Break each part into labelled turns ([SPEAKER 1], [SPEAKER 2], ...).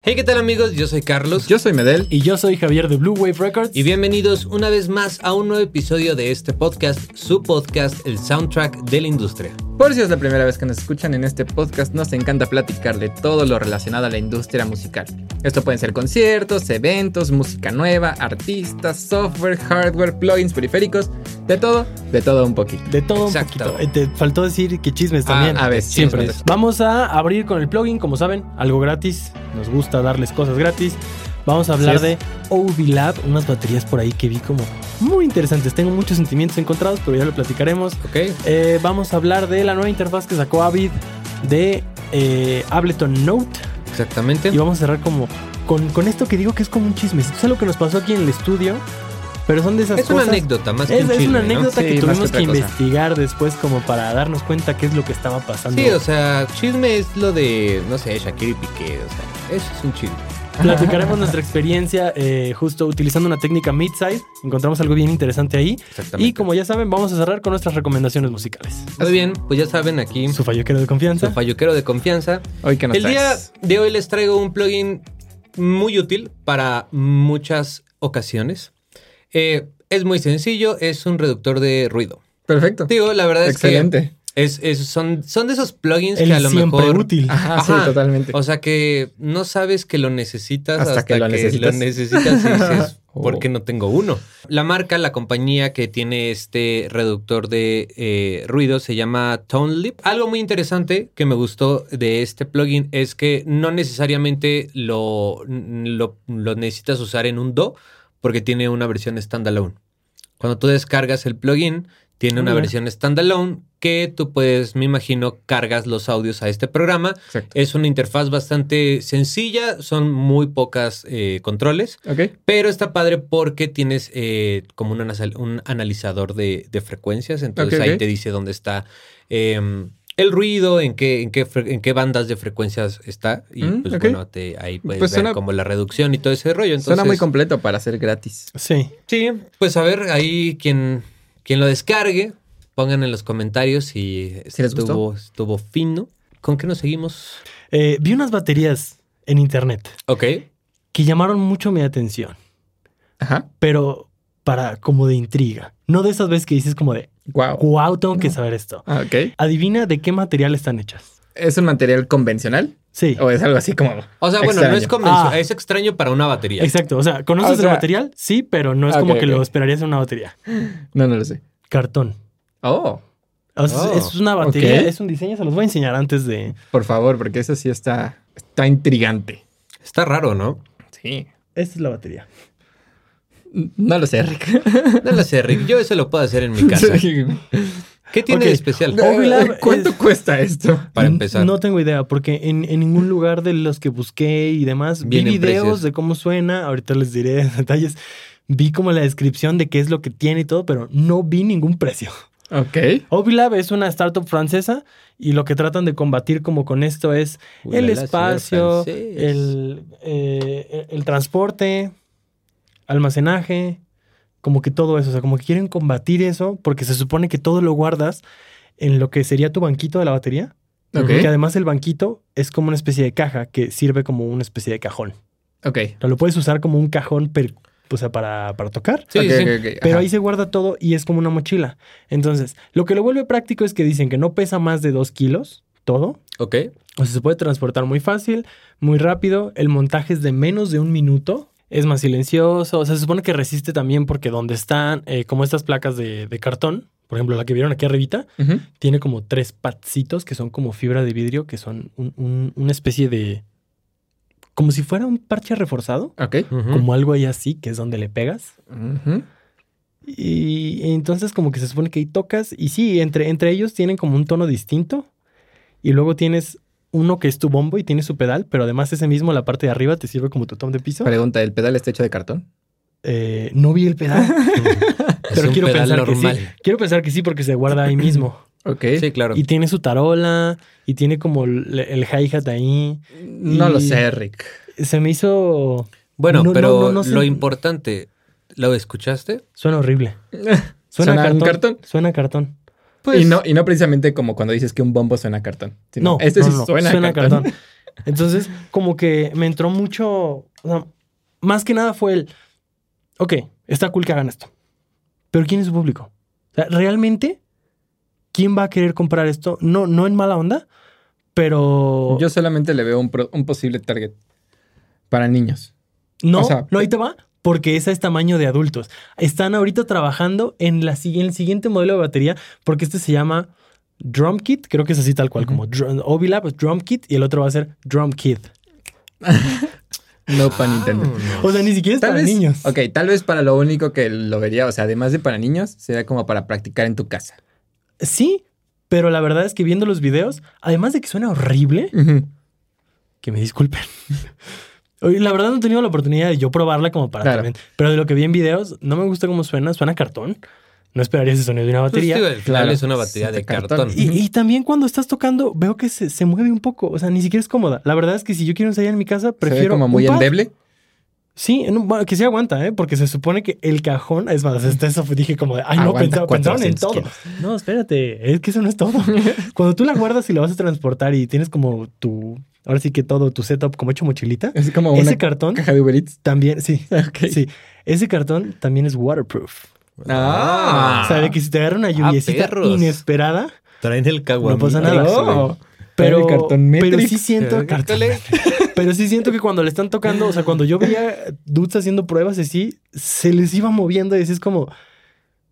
[SPEAKER 1] Hey, ¿qué tal amigos? Yo soy Carlos.
[SPEAKER 2] Yo soy Medel.
[SPEAKER 3] Y yo soy Javier de Blue Wave Records.
[SPEAKER 1] Y bienvenidos una vez más a un nuevo episodio de este podcast, su podcast, el soundtrack de la industria.
[SPEAKER 2] Por si es la primera vez que nos escuchan en este podcast, nos encanta platicar de todo lo relacionado a la industria musical. Esto pueden ser conciertos, eventos, música nueva, artistas, software, hardware, plugins, periféricos, de todo, de todo un poquito.
[SPEAKER 3] De todo
[SPEAKER 1] Exacto.
[SPEAKER 3] un poquito. Eh, Te faltó decir que chismes
[SPEAKER 2] Ah,
[SPEAKER 3] también.
[SPEAKER 2] a ver,
[SPEAKER 3] siempre.
[SPEAKER 2] chismes.
[SPEAKER 3] es. Vamos a abrir con el plugin, como saben, algo gratis. Nos gusta darles cosas gratis. Vamos a hablar
[SPEAKER 2] Así
[SPEAKER 3] de
[SPEAKER 2] es.
[SPEAKER 3] Ovilab, unas baterías por ahí que vi como muy interesantes. Tengo muchos sentimientos encontrados, pero ya lo platicaremos.
[SPEAKER 2] Ok.
[SPEAKER 3] Eh, vamos a hablar de la nueva interfaz que sacó Avid de eh, Ableton Note.
[SPEAKER 1] Exactamente.
[SPEAKER 3] Y vamos a cerrar como con, con esto que digo que es como un chisme. Esto es algo que nos pasó aquí en el estudio, pero son de esas
[SPEAKER 1] Es una
[SPEAKER 3] cosas.
[SPEAKER 1] anécdota más que
[SPEAKER 3] Es,
[SPEAKER 1] un
[SPEAKER 3] es
[SPEAKER 1] chisme,
[SPEAKER 3] una
[SPEAKER 1] ¿no?
[SPEAKER 3] anécdota
[SPEAKER 2] Sí,
[SPEAKER 3] que
[SPEAKER 2] más
[SPEAKER 3] tuvimos
[SPEAKER 2] que
[SPEAKER 3] que,
[SPEAKER 2] otra cosa.
[SPEAKER 3] investigar después como para darnos cuenta qué es lo que estaba pasando.
[SPEAKER 1] Sí, o sea, chisme es lo de, no sé, Shakira y Piqué, o sea, eso es un chisme.
[SPEAKER 3] Platicaremos nuestra experiencia eh, justo utilizando una técnica mid-side. Encontramos algo bien interesante ahí.
[SPEAKER 1] Exactamente.
[SPEAKER 3] Y como ya saben, vamos a cerrar con nuestras recomendaciones musicales.
[SPEAKER 1] Muy bien, pues ya saben aquí,
[SPEAKER 3] Su falloquero de
[SPEAKER 1] su
[SPEAKER 3] confianza.
[SPEAKER 1] falluquero de confianza.
[SPEAKER 2] Hoy que nos
[SPEAKER 1] El día
[SPEAKER 2] traes?
[SPEAKER 1] de hoy les traigo un plugin muy útil para muchas ocasiones. Eh, es muy sencillo, es un reductor de ruido.
[SPEAKER 2] Perfecto.
[SPEAKER 1] Digo, la verdad es que
[SPEAKER 2] Excelente.
[SPEAKER 1] es, es- son, son de esos plugins
[SPEAKER 3] El
[SPEAKER 1] que a lo
[SPEAKER 3] siempre
[SPEAKER 1] mejor...
[SPEAKER 3] útil.
[SPEAKER 2] Ajá,
[SPEAKER 1] Ajá.
[SPEAKER 2] sí, totalmente.
[SPEAKER 1] O sea que no sabes que lo necesitas hasta,
[SPEAKER 2] Hasta que lo necesitas.
[SPEAKER 1] necesitas y dices,
[SPEAKER 2] Oh.
[SPEAKER 1] ¿por qué no tengo uno? La marca, la compañía que tiene este reductor de eh, ruido se llama ToneLip. Algo muy interesante que me gustó de este plugin es que no necesariamente lo, lo, lo necesitas usar en un Do porque tiene una versión standalone. Cuando tú descargas el plugin, tiene
[SPEAKER 3] Ah,
[SPEAKER 1] una
[SPEAKER 3] mira.
[SPEAKER 1] versión standalone que tú puedes, me imagino, cargas los audios a este programa
[SPEAKER 2] Exacto.
[SPEAKER 1] es una interfaz bastante sencilla, son muy pocas eh, controles,
[SPEAKER 2] Ok.
[SPEAKER 1] pero está padre porque tienes eh, como un, anasal- un analizador de, de frecuencias, entonces
[SPEAKER 2] Ok,
[SPEAKER 1] ahí
[SPEAKER 2] ok.
[SPEAKER 1] te dice dónde está em, el ruido, en qué, en, qué fre- en qué bandas de frecuencias está, y
[SPEAKER 2] Mm,
[SPEAKER 1] pues
[SPEAKER 2] ok.
[SPEAKER 1] bueno, te, ahí puedes
[SPEAKER 2] Pues
[SPEAKER 1] ver
[SPEAKER 2] suena-
[SPEAKER 1] como la reducción y todo ese rollo. Entonces,
[SPEAKER 2] Suena muy completo para ser gratis.
[SPEAKER 3] Sí.
[SPEAKER 1] Sí, pues a ver, ahí quien, quien lo descargue, pongan en los comentarios si,
[SPEAKER 2] Si les gustó.
[SPEAKER 1] estuvo, estuvo fino. ¿Con qué nos seguimos?
[SPEAKER 3] Eh, vi unas baterías en internet
[SPEAKER 1] Ok.
[SPEAKER 3] que llamaron mucho mi atención.
[SPEAKER 2] Ajá.
[SPEAKER 3] pero para como de intriga. No de esas veces que dices como de,
[SPEAKER 2] Wow.
[SPEAKER 3] wow, tengo que saber esto.
[SPEAKER 2] Ah, ok.
[SPEAKER 3] Adivina de qué material están hechas.
[SPEAKER 2] ¿Es un material convencional?
[SPEAKER 3] Sí,
[SPEAKER 2] ¿O es algo así como.?
[SPEAKER 1] O sea, bueno, no es
[SPEAKER 2] Extraño.
[SPEAKER 1] convencional,
[SPEAKER 3] Ah.
[SPEAKER 1] es extraño para una batería.
[SPEAKER 3] exacto. O sea, ¿conoces
[SPEAKER 2] O sea-
[SPEAKER 3] el material? Sí, pero no es como
[SPEAKER 2] Ok,
[SPEAKER 3] que
[SPEAKER 2] ok.
[SPEAKER 3] lo esperarías en una batería.
[SPEAKER 2] No, no lo sé.
[SPEAKER 3] Cartón.
[SPEAKER 2] Oh,
[SPEAKER 3] O sea,
[SPEAKER 1] Oh,
[SPEAKER 3] es una batería,
[SPEAKER 2] ok.
[SPEAKER 3] es un diseño, se los voy a enseñar antes de...
[SPEAKER 2] por favor, porque eso sí está, está intrigante.
[SPEAKER 1] Está raro, ¿no?
[SPEAKER 2] Sí.
[SPEAKER 3] Esta es la batería.
[SPEAKER 2] No lo sé, Rick.
[SPEAKER 1] No lo sé, Rick. Yo eso lo puedo hacer en mi casa.
[SPEAKER 2] Sí.
[SPEAKER 1] ¿Qué tiene de
[SPEAKER 3] Ok.
[SPEAKER 1] especial?
[SPEAKER 3] Ovilab
[SPEAKER 2] eh, ¿Cuánto
[SPEAKER 3] es-
[SPEAKER 2] cuesta esto?
[SPEAKER 1] Para
[SPEAKER 3] N-
[SPEAKER 1] empezar.
[SPEAKER 3] No tengo idea, porque en, en ningún lugar de los que busqué y demás
[SPEAKER 1] Vienen
[SPEAKER 3] vi videos
[SPEAKER 1] precios.
[SPEAKER 3] de cómo suena. Ahorita les diré detalles. Vi como la descripción de qué es lo que tiene y todo, pero no vi ningún precio.
[SPEAKER 2] Ok.
[SPEAKER 3] Ovilab es una startup francesa y lo que tratan de combatir como con esto es
[SPEAKER 1] Uy,
[SPEAKER 3] el
[SPEAKER 1] la, la, señor
[SPEAKER 3] espacio,
[SPEAKER 1] francés.
[SPEAKER 3] el, eh, el transporte, almacenaje, como que todo eso, o sea, como que quieren combatir eso porque se supone que todo lo guardas en lo que sería tu banquito de la batería,
[SPEAKER 2] Ok.
[SPEAKER 3] que además el banquito es como una especie de caja que sirve como una especie de cajón.
[SPEAKER 2] Ok.
[SPEAKER 3] O sea, lo puedes usar como un cajón, per- o sea, para, para tocar.
[SPEAKER 1] Sí,
[SPEAKER 2] Ok,
[SPEAKER 1] sí.
[SPEAKER 2] ok, ok.
[SPEAKER 3] Pero
[SPEAKER 2] Ajá.
[SPEAKER 3] ahí se guarda todo y es como una mochila. Entonces, lo que lo vuelve práctico es que dicen que no pesa más de 2 kilos, todo.
[SPEAKER 1] Ok.
[SPEAKER 3] O sea, se puede transportar muy fácil, muy rápido. El montaje es de menos de un minuto. Es más silencioso. O sea, se supone que resiste también porque donde están, eh, como estas placas de, de cartón, por ejemplo, la que vieron aquí arribita,
[SPEAKER 2] Ujú.
[SPEAKER 3] tiene como tres patsitos que son como fibra de vidrio, que son un- un- una especie de... Como si fuera un parche reforzado,
[SPEAKER 2] Ok.
[SPEAKER 1] Ujú.
[SPEAKER 3] como algo ahí así, que es donde le pegas.
[SPEAKER 2] Ujú.
[SPEAKER 3] Y entonces como que se supone que ahí tocas y sí, entre, entre ellos tienen como un tono distinto y luego tienes uno que es tu bombo y tiene su pedal, pero además ese mismo, la parte de arriba, te sirve como tu tom de piso.
[SPEAKER 2] Pregunta, ¿el pedal está hecho de cartón?
[SPEAKER 3] Eh, no vi el pedal,
[SPEAKER 1] Es
[SPEAKER 3] pero
[SPEAKER 1] un
[SPEAKER 3] quiero
[SPEAKER 1] pedal
[SPEAKER 3] pensar que sí.
[SPEAKER 1] normal.
[SPEAKER 3] Quiero pensar que sí porque se guarda ahí mismo.
[SPEAKER 2] Ok.
[SPEAKER 1] sí. claro.
[SPEAKER 3] Y tiene su tarola y tiene como el, el hi-hat ahí.
[SPEAKER 2] No lo
[SPEAKER 3] Y-
[SPEAKER 2] sé, Rick.
[SPEAKER 3] Se me hizo...
[SPEAKER 1] Bueno,
[SPEAKER 3] No, no,
[SPEAKER 1] pero
[SPEAKER 3] no, no sé.
[SPEAKER 1] lo importante, ¿lo escuchaste?
[SPEAKER 3] Suena horrible. Suena,
[SPEAKER 2] ¿Suena,
[SPEAKER 3] a
[SPEAKER 2] a
[SPEAKER 3] cartón,
[SPEAKER 2] un cartón?
[SPEAKER 3] Suena a cartón.
[SPEAKER 1] Pues-
[SPEAKER 3] Pues,
[SPEAKER 2] y, no, y no precisamente como cuando dices que un bombo suena a cartón. sino
[SPEAKER 3] No,
[SPEAKER 2] este
[SPEAKER 3] no,
[SPEAKER 2] sí
[SPEAKER 3] no, no,
[SPEAKER 2] suena, a cartón.
[SPEAKER 3] Entonces, como que me entró mucho. o sea, más que nada fue el. Ok, está cool que hagan esto. Pero ¿quién es su público? O sea, realmente, ¿quién va a querer comprar esto? No, no en mala onda, pero.
[SPEAKER 2] Yo solamente le veo un, pro- un posible target para niños.
[SPEAKER 3] No,
[SPEAKER 2] O sea,
[SPEAKER 3] no, ahí te va, porque esa es este tamaño de adultos. Están ahorita trabajando en, la, si- en el siguiente modelo de batería, porque este se llama Drum Kit, creo que es así tal cual,
[SPEAKER 2] Ujú.
[SPEAKER 3] como dr- Ovilab, Drum Kit, y el otro va a ser Drum Kid.
[SPEAKER 2] No
[SPEAKER 1] Ah.
[SPEAKER 2] para Nintendo.
[SPEAKER 3] O
[SPEAKER 1] Pues,
[SPEAKER 3] sea, ni siquiera es
[SPEAKER 2] Tal
[SPEAKER 3] para
[SPEAKER 2] vez,
[SPEAKER 3] niños.
[SPEAKER 2] Ok, tal vez para lo único que lo vería, o sea, además de para niños, sería como para practicar en tu casa.
[SPEAKER 3] Sí, pero la verdad es que viendo los videos, además de que suena horrible, que me disculpen. Oye, La verdad no he tenido la oportunidad de yo probarla como para
[SPEAKER 2] Claro.
[SPEAKER 3] también, pero de lo que vi en videos, no me gusta cómo suena, suena a cartón. No esperaría ese sonido de una
[SPEAKER 1] Pues,
[SPEAKER 3] batería.
[SPEAKER 1] tío, al final
[SPEAKER 2] Claro.
[SPEAKER 1] es una batería
[SPEAKER 2] Sí,
[SPEAKER 1] de
[SPEAKER 2] de cartón.
[SPEAKER 1] cartón.
[SPEAKER 3] Y, y también cuando estás tocando, veo que se, se mueve un poco. O sea, ni siquiera es cómoda. La verdad es que si yo quiero ensayar en mi casa,
[SPEAKER 2] Prefiero
[SPEAKER 3] prefiero.
[SPEAKER 2] como
[SPEAKER 3] un
[SPEAKER 2] muy
[SPEAKER 3] pad.
[SPEAKER 2] endeble.
[SPEAKER 3] Sí, en un- bueno, que sí aguanta, ¿eh? Porque se supone que el cajón. Es más, hasta eso dije como de. Ay, no,
[SPEAKER 2] Aguanta
[SPEAKER 3] pensaba- pensaron en
[SPEAKER 2] 400
[SPEAKER 3] todo. No, espérate. Es que eso no es todo. cuando tú la guardas y la vas a transportar y tienes como tu. Ahora sí que todo, tu setup como hecho mochilita.
[SPEAKER 2] Es como una
[SPEAKER 3] Ese cartón
[SPEAKER 2] caja de Uber Eats.
[SPEAKER 3] también. Sí.
[SPEAKER 2] Ok.
[SPEAKER 3] Sí. Ese cartón también es waterproof.
[SPEAKER 2] Ah.
[SPEAKER 3] O sea, de que si te agarra una lluviecita
[SPEAKER 1] perros.
[SPEAKER 3] inesperada.
[SPEAKER 1] Traen el caguamita.
[SPEAKER 3] No pasa nada.
[SPEAKER 1] güey.
[SPEAKER 2] Oh.
[SPEAKER 3] Pero,
[SPEAKER 2] El cartón
[SPEAKER 3] pero
[SPEAKER 2] Matrix.
[SPEAKER 3] sí siento cartón- pero sí siento que cuando le están tocando, o sea, cuando yo veía dudes haciendo pruebas así, se les iba moviendo y así es como,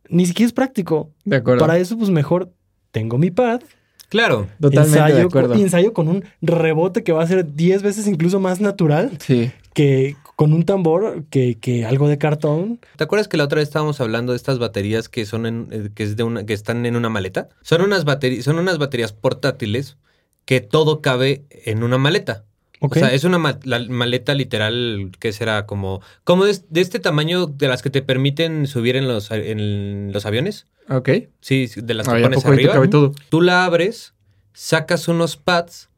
[SPEAKER 3] ni siquiera es práctico.
[SPEAKER 2] De acuerdo.
[SPEAKER 3] Para eso, pues mejor tengo mi pad,
[SPEAKER 1] Claro.
[SPEAKER 2] Totalmente
[SPEAKER 3] ensayo,
[SPEAKER 2] de acuerdo.
[SPEAKER 3] Con, ensayo con un rebote que va a ser 10 veces incluso más natural
[SPEAKER 2] Sí.
[SPEAKER 3] que con un tambor, que, que algo de cartón.
[SPEAKER 1] ¿Te acuerdas que la otra vez estábamos hablando de estas baterías que son en, eh, que es de una, que están en una maleta? Son unas baterías, son unas baterías portátiles que todo cabe en una maleta.
[SPEAKER 3] Ok.
[SPEAKER 1] O sea, es una ma- la maleta literal que será como como es de este tamaño de las que te permiten subir en los a- en los aviones.
[SPEAKER 2] Ok.
[SPEAKER 1] Sí, sí, de las
[SPEAKER 2] Ay,
[SPEAKER 1] que
[SPEAKER 2] ¿a
[SPEAKER 1] pones
[SPEAKER 2] poco ahí te
[SPEAKER 1] arriba.
[SPEAKER 2] cabe todo?
[SPEAKER 1] Tú la abres, sacas unos pads,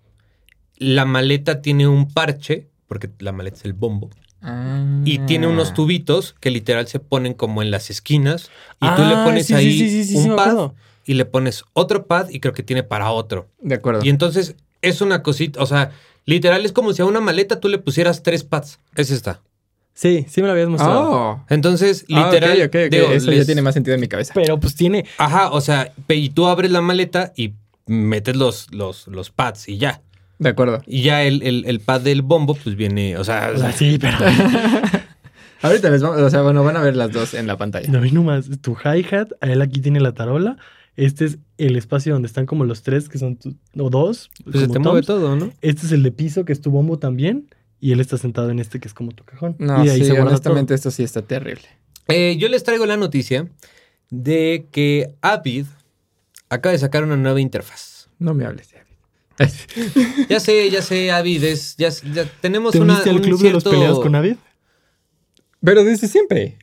[SPEAKER 1] la maleta tiene un parche, porque la maleta es el bombo,
[SPEAKER 3] Ah.
[SPEAKER 1] y tiene unos
[SPEAKER 2] tubos.
[SPEAKER 1] tubitos que literal se ponen como en las esquinas, y tú le
[SPEAKER 3] Ah,
[SPEAKER 1] pones
[SPEAKER 3] sí, sí,
[SPEAKER 1] ahí
[SPEAKER 3] sí, sí, sí,
[SPEAKER 1] un
[SPEAKER 3] sí, me
[SPEAKER 1] pad
[SPEAKER 3] acuerdo.
[SPEAKER 1] y le pones otro pad y creo que tiene para otro.
[SPEAKER 2] De acuerdo.
[SPEAKER 1] Y entonces es una cosita, o sea, literal es como si a una maleta tú le pusieras tres pads. Es esta.
[SPEAKER 3] Sí, sí me lo habías mostrado.
[SPEAKER 2] Oh.
[SPEAKER 1] Entonces,
[SPEAKER 2] Ah, ok,
[SPEAKER 1] literal,
[SPEAKER 2] ok, ok.
[SPEAKER 1] digo,
[SPEAKER 2] Eso ya
[SPEAKER 1] les-
[SPEAKER 2] tiene más sentido en mi cabeza.
[SPEAKER 3] Pero pues tiene,
[SPEAKER 1] Ajá, o sea, pe- y tú abres la maleta y metes los, los, los pads y ya.
[SPEAKER 2] De acuerdo.
[SPEAKER 1] Y ya el, el, el pad del bombo, pues viene, o sea,
[SPEAKER 3] o sea, sí, pero
[SPEAKER 2] Ahorita les vamos, o sea, bueno, van a ver las dos en la pantalla.
[SPEAKER 3] No, vi nomás tu hi-hat, él aquí tiene la tarola. Este es el espacio donde están como los tres, que son tu- o dos.
[SPEAKER 1] pues se
[SPEAKER 3] como
[SPEAKER 1] te mueve
[SPEAKER 3] toms.
[SPEAKER 1] todo, ¿no?
[SPEAKER 3] Este es el de piso, que es tu bombo también. Y él está sentado en este, que es como tu cajón.
[SPEAKER 2] No,
[SPEAKER 3] y de ahí
[SPEAKER 2] sí,
[SPEAKER 3] se guarda
[SPEAKER 2] honestamente esto sí está terrible.
[SPEAKER 1] Eh, yo les traigo la noticia de que Avid acaba de sacar una nueva interfaz.
[SPEAKER 2] No me hables de
[SPEAKER 1] Ya sé, ya sé, Avid, es, ya, ya tenemos
[SPEAKER 3] todo. ¿Te
[SPEAKER 1] una,
[SPEAKER 3] uniste al
[SPEAKER 1] un
[SPEAKER 3] club de los
[SPEAKER 1] cierto-
[SPEAKER 3] peleados con Avid?
[SPEAKER 2] Pero desde siempre.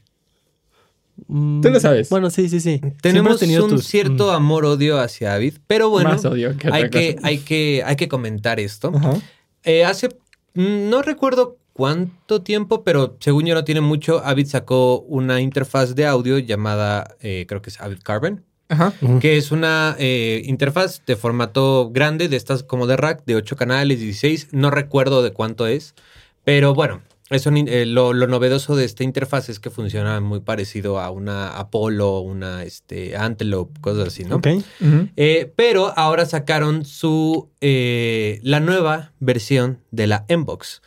[SPEAKER 3] Mm,
[SPEAKER 2] Tú lo sabes.
[SPEAKER 3] Bueno, sí, sí, sí. Siempre has
[SPEAKER 1] Tenemos
[SPEAKER 3] tenido
[SPEAKER 1] un
[SPEAKER 3] tus-
[SPEAKER 1] cierto
[SPEAKER 3] mm.
[SPEAKER 1] amor-odio hacia Avid, pero bueno,
[SPEAKER 2] Más odio que otra
[SPEAKER 1] hay, que,
[SPEAKER 2] cosa.
[SPEAKER 1] hay, que, hay que comentar esto.
[SPEAKER 2] Ajá.
[SPEAKER 1] Eh, hace, mm, no recuerdo cuánto tiempo, pero según yo no tiene mucho, Avid sacó una interfaz de audio llamada, eh, creo que es Avid Carbon,
[SPEAKER 2] Ajá.
[SPEAKER 3] Ujú.
[SPEAKER 1] que es una eh, interfaz de formato grande, de estas como de rack, de 8 canales, 16, no recuerdo de cuánto es, pero bueno. Es un in- eh, lo, lo novedoso de esta interfaz es que funciona muy parecido a una Apollo, una este, Antelope, cosas así, ¿no?
[SPEAKER 3] Ok.
[SPEAKER 2] Ujú.
[SPEAKER 1] Eh, pero ahora sacaron su eh, la nueva versión de la Mbox.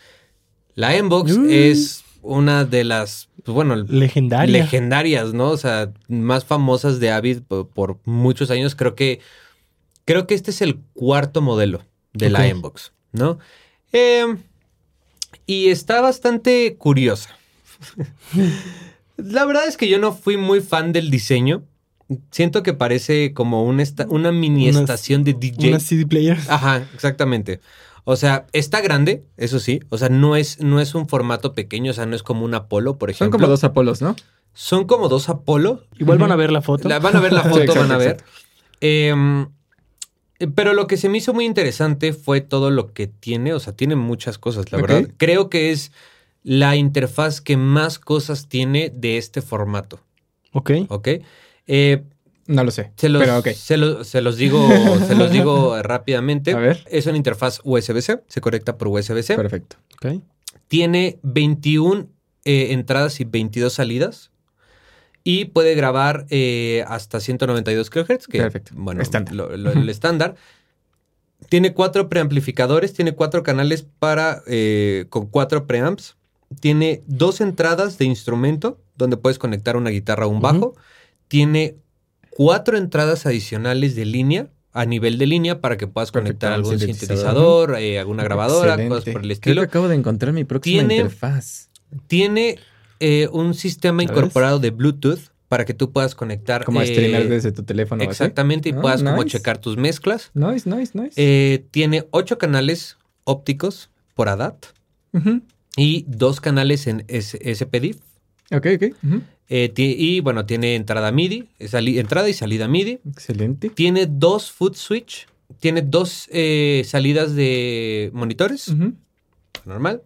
[SPEAKER 1] La Mbox
[SPEAKER 3] Mm.
[SPEAKER 1] es una de las, pues, bueno,
[SPEAKER 3] Legendaria.
[SPEAKER 1] legendarias, ¿no? O sea, más famosas de Avid por, por muchos años. Creo que, creo que este es el cuarto modelo de la
[SPEAKER 3] Ok.
[SPEAKER 1] Mbox, ¿no? Eh, y está bastante curiosa. La verdad es que yo no fui muy fan del diseño. Siento que parece como una, esta- una mini
[SPEAKER 3] Una-
[SPEAKER 1] estación de Ah. DJ.
[SPEAKER 3] Una CD player.
[SPEAKER 1] Ajá, exactamente. O sea, está grande, eso sí. O sea, no es, no es un formato pequeño, o sea, no es como un Apolo, por
[SPEAKER 2] Son
[SPEAKER 1] ejemplo.
[SPEAKER 2] como dos Apolos, ¿no?
[SPEAKER 1] Son como dos Apolo.
[SPEAKER 3] Igual van a
[SPEAKER 2] Ujú.
[SPEAKER 3] ver la foto.
[SPEAKER 1] La- van a ver la
[SPEAKER 2] Sí,
[SPEAKER 1] foto,
[SPEAKER 2] exacto,
[SPEAKER 1] van a ver.
[SPEAKER 2] exacto.
[SPEAKER 1] Eh, pero lo que se me hizo muy interesante fue todo lo que tiene. O sea, tiene muchas cosas, la
[SPEAKER 2] Ok.
[SPEAKER 1] verdad. Creo que es la interfaz que más cosas tiene de este formato.
[SPEAKER 3] Ok.
[SPEAKER 1] ¿Ok? Eh,
[SPEAKER 2] No lo sé.
[SPEAKER 1] Se los,
[SPEAKER 2] pero ok.
[SPEAKER 1] se lo- se los digo, se los digo rápidamente.
[SPEAKER 2] A ver.
[SPEAKER 1] Es una interfaz USB-C, se conecta por USB-C.
[SPEAKER 2] Perfecto.
[SPEAKER 3] Ok.
[SPEAKER 1] Tiene 21 eh, entradas y 22 salidas. Y puede grabar eh, hasta 192 kHz, que
[SPEAKER 2] Perfecto.
[SPEAKER 1] bueno,
[SPEAKER 2] Estándar.
[SPEAKER 1] lo- lo- el estándar. Tiene cuatro preamplificadores, tiene cuatro canales para eh, con cuatro preamps. Tiene dos entradas de instrumento donde puedes conectar una guitarra o un bajo. Tiene cuatro entradas adicionales de línea a nivel de línea para que puedas
[SPEAKER 2] Perfecto,
[SPEAKER 1] conectar
[SPEAKER 2] un
[SPEAKER 1] algún
[SPEAKER 2] sintetizador.
[SPEAKER 1] sintetizador, eh, alguna grabadora, cosas
[SPEAKER 2] Excelente.
[SPEAKER 1] por el
[SPEAKER 2] Creo
[SPEAKER 1] estilo.
[SPEAKER 2] que acabo de encontrar mi próxima
[SPEAKER 1] Tiene-
[SPEAKER 2] interfaz.
[SPEAKER 1] Tiene eh, un sistema
[SPEAKER 3] ¿Ya ves?
[SPEAKER 1] incorporado de Bluetooth para que tú puedas conectar.
[SPEAKER 2] Como
[SPEAKER 1] eh,
[SPEAKER 2] streamer desde tu teléfono. o así.
[SPEAKER 1] Exactamente, y
[SPEAKER 2] Ah,
[SPEAKER 1] puedas como
[SPEAKER 2] nice.
[SPEAKER 1] checar tus mezclas.
[SPEAKER 2] Nice, nice, nice.
[SPEAKER 1] Eh, tiene ocho canales ópticos por ADAT
[SPEAKER 2] Ujú.
[SPEAKER 1] y dos canales en S- SPDIF.
[SPEAKER 2] Ok, ok. Ujú.
[SPEAKER 1] Eh, ti- y bueno, tiene entrada MIDI, eh, sali- entrada y salida MIDI.
[SPEAKER 2] Excelente.
[SPEAKER 1] Tiene dos foot switch. Tiene dos eh, salidas de monitores,
[SPEAKER 2] Ujú.
[SPEAKER 1] normal.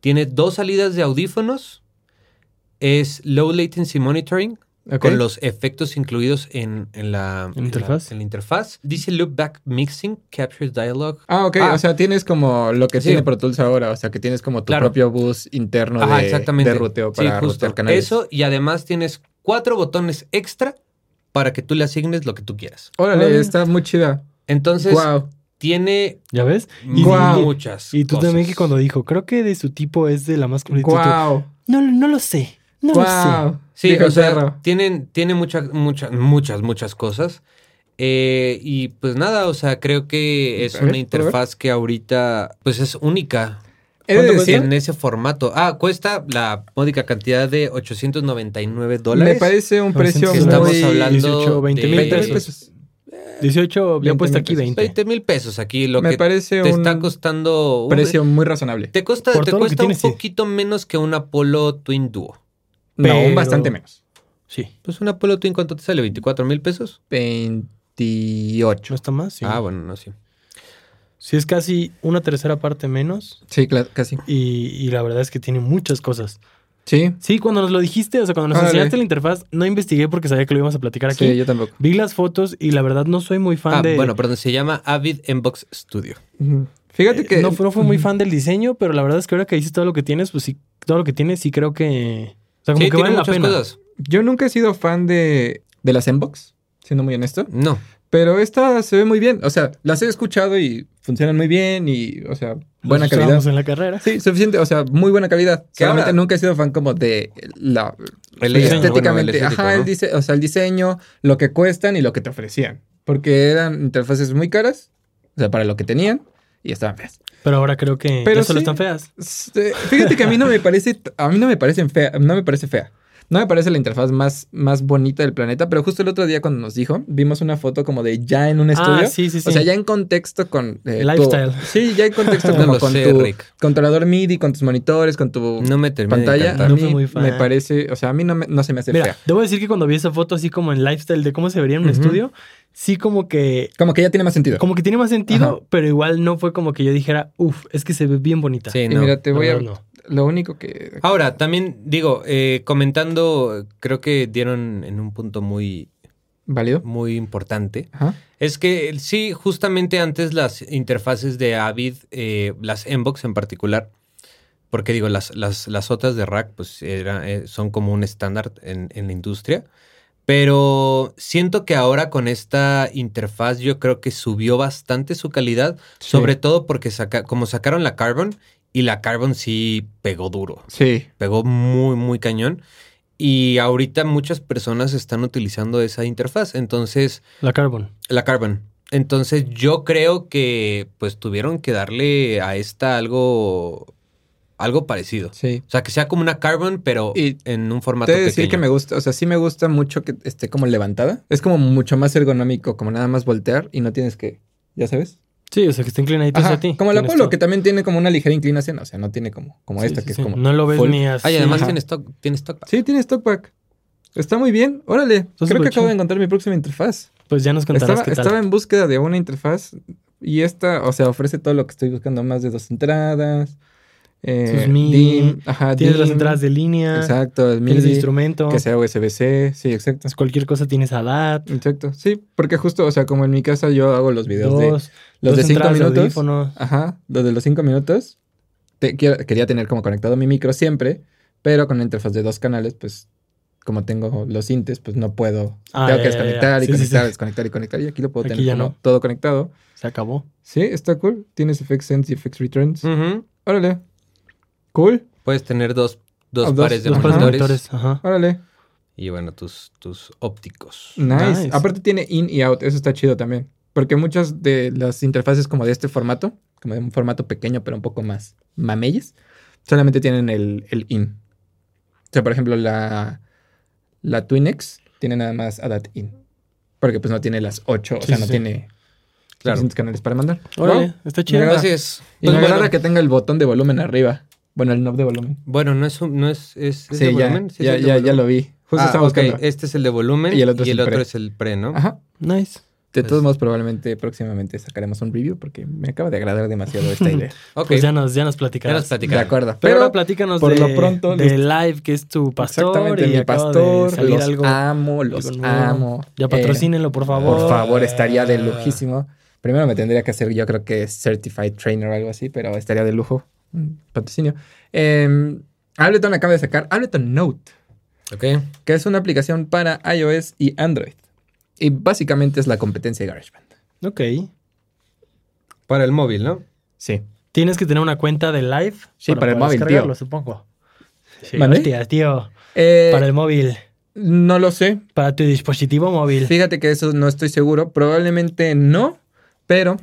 [SPEAKER 1] Tiene dos salidas de audífonos. Es low latency monitoring
[SPEAKER 2] Ok.
[SPEAKER 1] con los efectos incluidos en, en la,
[SPEAKER 3] ¿En interfaz?
[SPEAKER 1] la- en la interfaz. Dice loopback mixing, capture dialogue.
[SPEAKER 2] Ah, ok.
[SPEAKER 1] Ah.
[SPEAKER 2] O sea, tienes como lo que
[SPEAKER 1] Sí.
[SPEAKER 2] tiene Pro Tools ahora. O sea, que tienes como tu
[SPEAKER 1] Claro.
[SPEAKER 2] propio bus interno de,
[SPEAKER 1] Ajá, exactamente.
[SPEAKER 2] de ruteo
[SPEAKER 1] Sí,
[SPEAKER 2] para
[SPEAKER 1] justo.
[SPEAKER 2] rutear canales.
[SPEAKER 1] Eso y además tienes cuatro botones extra para que tú le asignes lo que tú quieras.
[SPEAKER 2] Órale,
[SPEAKER 3] Órale.
[SPEAKER 2] está muy chida.
[SPEAKER 1] Entonces,
[SPEAKER 2] wow.
[SPEAKER 1] tiene
[SPEAKER 3] ¿Ya ves? Y-
[SPEAKER 2] Guau.
[SPEAKER 1] muchas
[SPEAKER 3] Y tú
[SPEAKER 1] cosas.
[SPEAKER 3] también que cuando dijo, creo que de su tipo es de la más curiosa. y tú,
[SPEAKER 2] Wow.
[SPEAKER 3] No, no lo sé. No lo sé.
[SPEAKER 2] Wow.
[SPEAKER 1] Sí, o sea, tienen, tiene muchas, muchas, muchas, muchas cosas. Eh, y pues nada, o sea, creo que es
[SPEAKER 2] A ver,
[SPEAKER 1] una
[SPEAKER 2] a ver.
[SPEAKER 1] interfaz que ahorita, pues es única.
[SPEAKER 2] He de
[SPEAKER 3] ¿Cuánto
[SPEAKER 2] decir,
[SPEAKER 1] En ese formato. Ah, cuesta la módica cantidad de 899 dólares.
[SPEAKER 2] me parece un precio
[SPEAKER 3] Ahorita
[SPEAKER 1] que
[SPEAKER 2] muy...
[SPEAKER 1] estamos
[SPEAKER 3] muy-
[SPEAKER 1] hablando
[SPEAKER 3] 18, 20 mil
[SPEAKER 2] 23
[SPEAKER 3] pesos.
[SPEAKER 2] pesos.
[SPEAKER 3] 18, le
[SPEAKER 2] 20
[SPEAKER 3] han puesto
[SPEAKER 2] mil
[SPEAKER 3] aquí
[SPEAKER 2] pesos.
[SPEAKER 3] 20.
[SPEAKER 1] 20 mil pesos aquí, lo
[SPEAKER 2] me
[SPEAKER 1] que
[SPEAKER 2] parece
[SPEAKER 1] te está
[SPEAKER 2] un
[SPEAKER 1] costando... un-
[SPEAKER 2] precio muy razonable.
[SPEAKER 1] te costa,
[SPEAKER 3] por
[SPEAKER 1] te
[SPEAKER 3] todo lo que
[SPEAKER 1] cuesta
[SPEAKER 3] tiene,
[SPEAKER 1] un
[SPEAKER 3] sí.
[SPEAKER 1] poquito menos que un Apollo Twin Duo.
[SPEAKER 2] No,
[SPEAKER 3] pero-
[SPEAKER 2] bastante menos.
[SPEAKER 3] Sí.
[SPEAKER 1] Pues un Apollo Twin, ¿cuánto te sale? ¿24 mil pesos?
[SPEAKER 2] 28.
[SPEAKER 3] ¿No está más? Sí.
[SPEAKER 1] Ah, bueno, no, sí.
[SPEAKER 3] Sí, es casi una tercera parte menos.
[SPEAKER 2] Sí, cla- casi.
[SPEAKER 3] Y, y la verdad es que tiene muchas cosas.
[SPEAKER 2] Sí.
[SPEAKER 3] Sí, cuando nos lo dijiste, o sea, cuando nos
[SPEAKER 2] Órale.
[SPEAKER 3] enseñaste la interfaz, no investigué porque sabía que lo íbamos a platicar aquí.
[SPEAKER 2] Sí, yo tampoco.
[SPEAKER 3] Vi las fotos y la verdad no soy muy fan
[SPEAKER 1] Ah,
[SPEAKER 3] de.
[SPEAKER 1] bueno, perdón, se llama Avid Inbox Studio.
[SPEAKER 2] Ujú. Fíjate que...
[SPEAKER 3] Eh, no, fu- no fui muy fan del diseño, pero la verdad es que ahora que dices todo lo que tienes, pues sí, todo lo que tienes, sí creo que. O sea, como
[SPEAKER 1] Sí,
[SPEAKER 3] que
[SPEAKER 1] tiene
[SPEAKER 3] vale la
[SPEAKER 1] muchas
[SPEAKER 3] pena.
[SPEAKER 1] cosas.
[SPEAKER 2] Yo nunca he sido fan de, de las Zenbox, siendo muy honesto.
[SPEAKER 1] No.
[SPEAKER 2] Pero esta se ve muy bien. O sea, las he escuchado y funcionan muy bien y, o sea,
[SPEAKER 3] Los
[SPEAKER 2] buena calidad.
[SPEAKER 3] usábamos en la carrera.
[SPEAKER 2] Sí, suficiente. O sea, muy buena calidad.
[SPEAKER 1] Que ahora-
[SPEAKER 2] Solamente nunca he sido fan como de la...
[SPEAKER 1] El
[SPEAKER 3] diseño.
[SPEAKER 2] estéticamente.
[SPEAKER 1] Bueno, el estético,
[SPEAKER 2] Ajá, el
[SPEAKER 1] ¿no?
[SPEAKER 2] dise- o sea, el diseño, lo que cuestan y lo que te ofrecían. Porque eran interfaces muy caras, o sea, para lo que tenían y estaban feas.
[SPEAKER 3] Pero ahora creo que
[SPEAKER 2] Pero
[SPEAKER 3] ya solo
[SPEAKER 2] sí.
[SPEAKER 3] están feas.
[SPEAKER 2] Este, Fíjate que a mí no me parece, a mí no me parecen fea, no me parece fea. No me parece la interfaz más, más bonita del planeta, pero justo el otro día cuando nos dijo, vimos una foto como de ya en un estudio.
[SPEAKER 3] Ah, sí, sí, sí.
[SPEAKER 2] O sea, ya en contexto con... eh, tu-
[SPEAKER 3] Lifestyle.
[SPEAKER 2] sí, ya en contexto
[SPEAKER 1] No
[SPEAKER 2] como
[SPEAKER 1] lo
[SPEAKER 2] con
[SPEAKER 1] sé,
[SPEAKER 2] tu
[SPEAKER 1] Rick.
[SPEAKER 2] controlador MIDI, con tus monitores, con tu
[SPEAKER 1] No me termina de
[SPEAKER 2] pantalla.
[SPEAKER 1] encantar.
[SPEAKER 2] A
[SPEAKER 3] No
[SPEAKER 2] mí
[SPEAKER 3] fui muy fan.
[SPEAKER 2] me parece... O sea, a mí no, me- no se me hace
[SPEAKER 3] Mira,
[SPEAKER 2] fea.
[SPEAKER 3] debo decir que cuando vi esa foto así como en lifestyle de cómo se vería en un
[SPEAKER 2] Ujú.
[SPEAKER 3] estudio, sí como que
[SPEAKER 2] Como que ya tiene más sentido.
[SPEAKER 3] como que tiene más sentido,
[SPEAKER 2] Ajá.
[SPEAKER 3] pero igual no fue como que yo dijera, uff, es que se ve bien bonita.
[SPEAKER 1] Sí,
[SPEAKER 2] Y
[SPEAKER 1] no.
[SPEAKER 2] mira, te
[SPEAKER 3] La
[SPEAKER 2] voy a...
[SPEAKER 3] verdad, no.
[SPEAKER 2] Lo único que...
[SPEAKER 1] Ahora, también digo, eh, comentando, creo que dieron en un punto muy,
[SPEAKER 2] ¿Válido?
[SPEAKER 1] muy importante.
[SPEAKER 2] Ajá.
[SPEAKER 1] Es que eh, sí, justamente antes las interfaces de Avid, eh, las Inbox en particular, porque digo, las, las, las otras de Rack pues era, eh, son como un estándar en, en la industria. Pero siento que ahora con esta interfaz yo creo que subió bastante su calidad,
[SPEAKER 2] Sí.
[SPEAKER 1] sobre todo porque saca- como sacaron la Carbon y la Carbon sí pegó duro
[SPEAKER 2] Sí.
[SPEAKER 1] pegó muy, muy cañón. Y ahorita muchas personas están utilizando esa interfaz. Entonces,
[SPEAKER 3] La Carbon.
[SPEAKER 1] la Carbon. Entonces, yo creo que pues tuvieron que darle a esta algo, algo parecido.
[SPEAKER 2] Sí.
[SPEAKER 1] O sea, que sea como una Carbon, pero
[SPEAKER 2] Y
[SPEAKER 1] en un formato
[SPEAKER 2] Te he de
[SPEAKER 1] pequeño.
[SPEAKER 2] decir que me gusta, o sea, sí me gusta mucho que esté como levantada. Es como mucho más ergonómico, como nada más voltear y no tienes que, ya sabes.
[SPEAKER 3] Sí, o sea, que está inclinadito
[SPEAKER 2] Ajá,
[SPEAKER 3] hacia ti.
[SPEAKER 2] como el
[SPEAKER 3] Tienes
[SPEAKER 2] Apolo,
[SPEAKER 3] todo.
[SPEAKER 2] que también tiene como una ligera inclinación, o sea, no tiene como, como
[SPEAKER 3] Sí,
[SPEAKER 2] esta
[SPEAKER 3] sí,
[SPEAKER 2] que
[SPEAKER 3] sí.
[SPEAKER 2] es como.
[SPEAKER 3] No lo ves
[SPEAKER 2] full.
[SPEAKER 3] ni así.
[SPEAKER 1] Ay, además
[SPEAKER 2] Ajá.
[SPEAKER 1] tiene stock, tiene stock.
[SPEAKER 2] Sí, tiene stockback. Está muy bien, órale. Creo que
[SPEAKER 3] súper
[SPEAKER 2] acabo
[SPEAKER 3] chido.
[SPEAKER 2] de encontrar mi próxima interfaz.
[SPEAKER 3] Pues ya nos contarás
[SPEAKER 2] Estaba,
[SPEAKER 3] qué tal.
[SPEAKER 2] estaba en búsqueda de una interfaz y esta, o sea, ofrece todo lo que estoy buscando, más de dos entradas. eh,
[SPEAKER 3] Sus MIDI,
[SPEAKER 2] DIMM, ajá,
[SPEAKER 3] Tienes las
[SPEAKER 2] DIMM,
[SPEAKER 3] entradas de línea,
[SPEAKER 2] Exacto, el
[SPEAKER 3] tienes
[SPEAKER 2] MIDI,
[SPEAKER 3] instrumento,
[SPEAKER 2] que sea USB-C, sí, exacto.
[SPEAKER 3] entonces cualquier cosa tienes ADAT,
[SPEAKER 2] Exacto, sí, porque justo, o sea, como en mi casa yo hago los videos de
[SPEAKER 3] dos,
[SPEAKER 2] los
[SPEAKER 3] dos
[SPEAKER 2] de 5
[SPEAKER 3] entradas de
[SPEAKER 2] minutos.
[SPEAKER 3] audífonos.
[SPEAKER 2] Ajá, los de los 5 minutos. Te, quiero- quería tener como conectado mi micro siempre, pero con la interfaz de dos canales, pues como tengo los sintes, pues no puedo.
[SPEAKER 3] Ah,
[SPEAKER 2] tengo que
[SPEAKER 3] ya, ya, ya.
[SPEAKER 2] desconectar y
[SPEAKER 3] Sí, sí,
[SPEAKER 2] conectar,
[SPEAKER 3] sí.
[SPEAKER 2] desconectar y conectar. Y aquí lo puedo
[SPEAKER 3] Aquí
[SPEAKER 2] tener
[SPEAKER 3] ya
[SPEAKER 2] como
[SPEAKER 3] no.
[SPEAKER 2] todo conectado.
[SPEAKER 3] Se acabó.
[SPEAKER 2] Sí, está cool. Tienes FX Sense y FX Returns.
[SPEAKER 3] Mm.
[SPEAKER 1] Ujú.
[SPEAKER 2] Órale. Cool.
[SPEAKER 1] Puedes tener dos, dos
[SPEAKER 2] Ah, dos-
[SPEAKER 1] pares de
[SPEAKER 3] Los pares de
[SPEAKER 1] monitores.
[SPEAKER 3] monitores, ajá.
[SPEAKER 2] Órale.
[SPEAKER 1] Y bueno, tus, tus ópticos.
[SPEAKER 2] Nice.
[SPEAKER 3] Nice.
[SPEAKER 2] Aparte tiene in y out, eso está chido también. Porque muchas de las interfaces como de este formato, como de un formato pequeño pero un poco más mameyes, solamente tienen el, el in. O sea, por ejemplo, la, la Twinex tiene nada más ADAT in. Porque pues no tiene las 8, o
[SPEAKER 3] Sí,
[SPEAKER 2] sea,
[SPEAKER 3] sí,
[SPEAKER 2] no
[SPEAKER 3] sí.
[SPEAKER 2] tiene
[SPEAKER 1] Claro.
[SPEAKER 2] 600 canales para mandar.
[SPEAKER 3] Órale,
[SPEAKER 2] Wow.
[SPEAKER 3] está chido.
[SPEAKER 2] Mira.
[SPEAKER 1] Así es.
[SPEAKER 2] Y
[SPEAKER 1] Pues
[SPEAKER 2] me
[SPEAKER 1] bueno,
[SPEAKER 2] agrada que tenga el botón de volumen arriba. Bueno, el knob de volumen.
[SPEAKER 1] bueno, no es un- no es, es, es de
[SPEAKER 2] Sí, ya,
[SPEAKER 1] volumen. Sí, es
[SPEAKER 2] ya,
[SPEAKER 1] el de
[SPEAKER 2] ya, ya
[SPEAKER 1] volumen.
[SPEAKER 2] lo vi. Justo
[SPEAKER 1] Ah,
[SPEAKER 2] estaba
[SPEAKER 1] ok,
[SPEAKER 2] buscando.
[SPEAKER 1] Este es el de volumen y el otro, es, el
[SPEAKER 2] pre.
[SPEAKER 1] pre, ¿no?
[SPEAKER 2] Ajá.
[SPEAKER 3] Nice.
[SPEAKER 2] De
[SPEAKER 1] Pues-
[SPEAKER 2] todos modos, probablemente próximamente sacaremos un review porque me acaba de agradar demasiado esta idea.
[SPEAKER 1] Ok.
[SPEAKER 3] Pues ya nos, ya nos
[SPEAKER 1] ya nos
[SPEAKER 3] platicarás.
[SPEAKER 2] de
[SPEAKER 1] platicarás.
[SPEAKER 2] acuerdo.
[SPEAKER 3] Pero
[SPEAKER 2] Pero,
[SPEAKER 3] ahora platícanos
[SPEAKER 2] por
[SPEAKER 3] de,
[SPEAKER 2] lo pronto,
[SPEAKER 3] de
[SPEAKER 2] les-
[SPEAKER 3] Live, que es tu pastor
[SPEAKER 2] exactamente,
[SPEAKER 3] y
[SPEAKER 2] mi
[SPEAKER 3] acaba de
[SPEAKER 2] pastor,
[SPEAKER 3] salir
[SPEAKER 2] los
[SPEAKER 3] algo.
[SPEAKER 2] amo, los
[SPEAKER 3] algo nuevo.
[SPEAKER 2] amo.
[SPEAKER 3] Ya
[SPEAKER 2] Eh,
[SPEAKER 3] patrocínenlo, por favor.
[SPEAKER 2] por favor, estaría
[SPEAKER 1] Ah.
[SPEAKER 2] de lujísimo. Primero me tendría que hacer, yo creo que Certified Trainer o algo así, pero estaría de lujo. Mm, Patrocinio. Eh, Ableton acaba de sacar Ableton Note,
[SPEAKER 1] Ok.
[SPEAKER 2] que es una aplicación para iOS y Android. Y básicamente es la competencia de GarageBand.
[SPEAKER 3] Ok.
[SPEAKER 1] Para el móvil, ¿no?
[SPEAKER 2] Sí.
[SPEAKER 3] Tienes que tener una cuenta de Live.
[SPEAKER 2] Sí, para el
[SPEAKER 3] poder
[SPEAKER 2] móvil, tío.
[SPEAKER 3] descargarlo, supongo. Sí,
[SPEAKER 2] ¿Mande?
[SPEAKER 3] hostia, tío.
[SPEAKER 2] Eh,
[SPEAKER 3] Para el móvil.
[SPEAKER 2] No lo sé,
[SPEAKER 3] Para tu dispositivo móvil.
[SPEAKER 2] Fíjate que eso no estoy seguro. Probablemente no, pero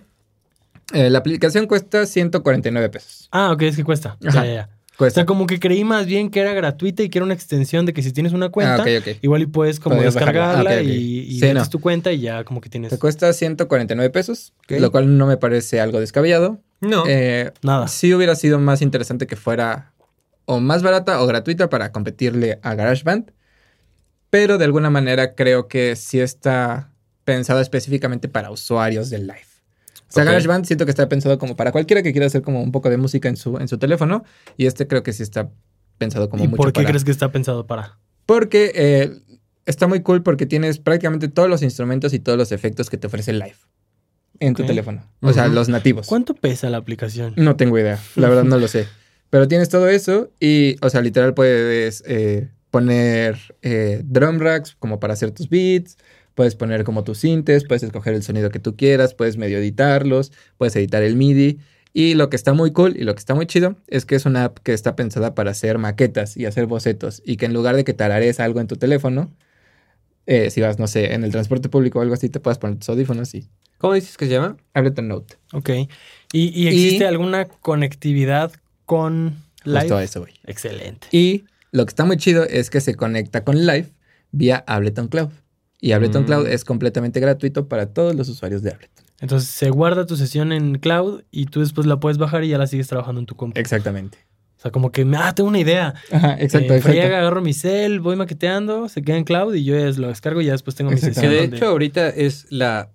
[SPEAKER 2] eh, la aplicación cuesta 149 pesos. Ah,
[SPEAKER 3] Ah, ok, es que cuesta. Ya,
[SPEAKER 2] Ajá.
[SPEAKER 3] ya, ya. O
[SPEAKER 2] Cuesta.
[SPEAKER 3] sea, como que creí más bien que era gratuita y que era una extensión de que si tienes una cuenta,
[SPEAKER 2] Ah, ok, ok.
[SPEAKER 3] igual y puedes como
[SPEAKER 2] Podrías bajarla. Ah,
[SPEAKER 3] descargarla
[SPEAKER 2] ok, ok.
[SPEAKER 3] y, y
[SPEAKER 2] Sí,
[SPEAKER 3] metes
[SPEAKER 2] no.
[SPEAKER 3] tu cuenta y ya como que tienes
[SPEAKER 2] Te cuesta 149 pesos,
[SPEAKER 1] Ok.
[SPEAKER 2] lo cual no me parece algo descabellado.
[SPEAKER 1] No.
[SPEAKER 2] Eh,
[SPEAKER 3] nada.
[SPEAKER 2] sí hubiera sido más interesante que fuera o más barata o gratuita para competirle a GarageBand, pero de alguna manera creo que sí está pensado específicamente para usuarios del live. O sea,
[SPEAKER 1] Ok.
[SPEAKER 2] GarageBand siento que está pensado como para cualquiera que quiera hacer como un poco de música en su, en su teléfono y este creo que sí está pensado como
[SPEAKER 3] ¿Y
[SPEAKER 2] mucho
[SPEAKER 3] por qué
[SPEAKER 2] para-
[SPEAKER 3] crees que está pensado para?
[SPEAKER 2] Porque eh, está muy cool porque tienes prácticamente todos los instrumentos y todos los efectos que te ofrece el live en tu
[SPEAKER 3] Ok.
[SPEAKER 2] teléfono. O sea,
[SPEAKER 1] Ujú.
[SPEAKER 2] los nativos.
[SPEAKER 3] ¿Cuánto pesa la aplicación?
[SPEAKER 2] No tengo idea, la verdad no lo sé. Pero tienes todo eso y, o sea, literal puedes eh, poner eh, drum racks como para hacer tus beats, puedes poner como tus sintes, puedes escoger el sonido que tú quieras, puedes medio editarlos, puedes editar el MIDI. Y lo que está muy cool y lo que está muy chido es que es una app que está pensada para hacer maquetas y hacer bocetos y que en lugar de que tararees algo en tu teléfono, eh, si vas, no sé, en el transporte público o algo así, te puedes poner tus audífonos y
[SPEAKER 1] ¿Cómo dices que se llama?
[SPEAKER 2] Ableton Note.
[SPEAKER 3] Ok. ¿Y, y existe
[SPEAKER 2] Y-
[SPEAKER 3] alguna conectividad con Live?
[SPEAKER 2] Justo a eso voy.
[SPEAKER 3] Excelente.
[SPEAKER 2] Y lo que está muy chido es que se conecta con Live vía Ableton Cloud. Y Ableton
[SPEAKER 1] Mm.
[SPEAKER 2] Cloud es completamente gratuito para todos los usuarios de Ableton.
[SPEAKER 3] Entonces se guarda tu sesión en cloud y tú después la puedes bajar y ya la sigues trabajando en tu compu.
[SPEAKER 2] Exactamente.
[SPEAKER 3] O sea, como que, ah, tengo una idea.
[SPEAKER 2] Ajá, exacto,
[SPEAKER 3] Eh,
[SPEAKER 2] exacto.
[SPEAKER 3] friega, agarro mi cel, voy maqueteando, se queda en cloud y yo ya lo descargo y ya después tengo mi
[SPEAKER 2] Exacto.
[SPEAKER 3] sesión.
[SPEAKER 1] Que de
[SPEAKER 3] donde-
[SPEAKER 1] hecho ahorita es la,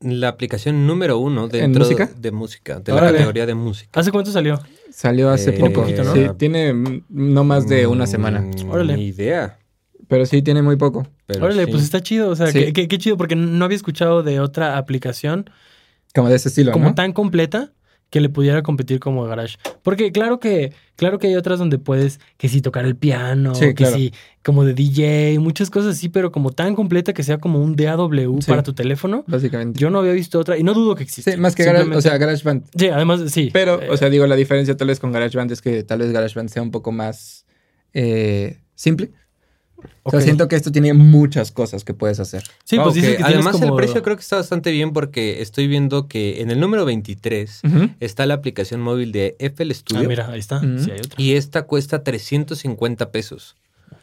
[SPEAKER 1] la aplicación número uno dentro
[SPEAKER 2] música?
[SPEAKER 1] de música, de la
[SPEAKER 2] Órale.
[SPEAKER 1] categoría de música.
[SPEAKER 3] ¿Hace cuánto salió?
[SPEAKER 2] Salió hace
[SPEAKER 1] Eh,
[SPEAKER 2] poco.
[SPEAKER 3] poquito, ¿no?
[SPEAKER 2] Sí, tiene mm, no más de una semana.
[SPEAKER 1] Mm,
[SPEAKER 3] Órale.
[SPEAKER 1] Ni idea.
[SPEAKER 2] Pero sí, tiene muy poco.
[SPEAKER 1] pero
[SPEAKER 3] Órale,
[SPEAKER 1] sí.
[SPEAKER 3] pues está chido. O sea,
[SPEAKER 2] Sí.
[SPEAKER 3] qué, qué- qué chido porque no había escuchado de otra aplicación
[SPEAKER 2] Como de ese estilo,
[SPEAKER 3] como
[SPEAKER 2] ¿no?
[SPEAKER 3] tan completa que le pudiera competir como Garage. Porque claro que, claro que hay otras donde puedes que sí tocar el piano,
[SPEAKER 2] Sí,
[SPEAKER 3] que
[SPEAKER 2] claro.
[SPEAKER 3] sí como de DJ, muchas cosas así, pero como tan completa que sea como un DAW
[SPEAKER 2] Sí.
[SPEAKER 3] para tu teléfono,
[SPEAKER 2] Básicamente.
[SPEAKER 3] yo no había visto otra y no dudo que exista.
[SPEAKER 2] sí, más que Garage, o sea, GarageBand.
[SPEAKER 3] Sí, además, sí.
[SPEAKER 2] Pero,
[SPEAKER 3] Eh,
[SPEAKER 2] o sea, digo, la diferencia tal vez con GarageBand es que tal vez GarageBand sea un poco más eh, simple. O sea,
[SPEAKER 3] ok.
[SPEAKER 2] siento que esto tiene muchas cosas que puedes hacer.
[SPEAKER 3] Sí, pues
[SPEAKER 1] Ah, ok.
[SPEAKER 3] dices que tienes
[SPEAKER 1] Además
[SPEAKER 3] como-
[SPEAKER 1] el precio creo que está bastante bien porque estoy viendo que en el número 23 está la aplicación móvil de FL Studio.
[SPEAKER 3] Ah, mira, ahí está.
[SPEAKER 2] Ujú.
[SPEAKER 3] Sí, hay otra.
[SPEAKER 1] Y esta cuesta 350 pesos.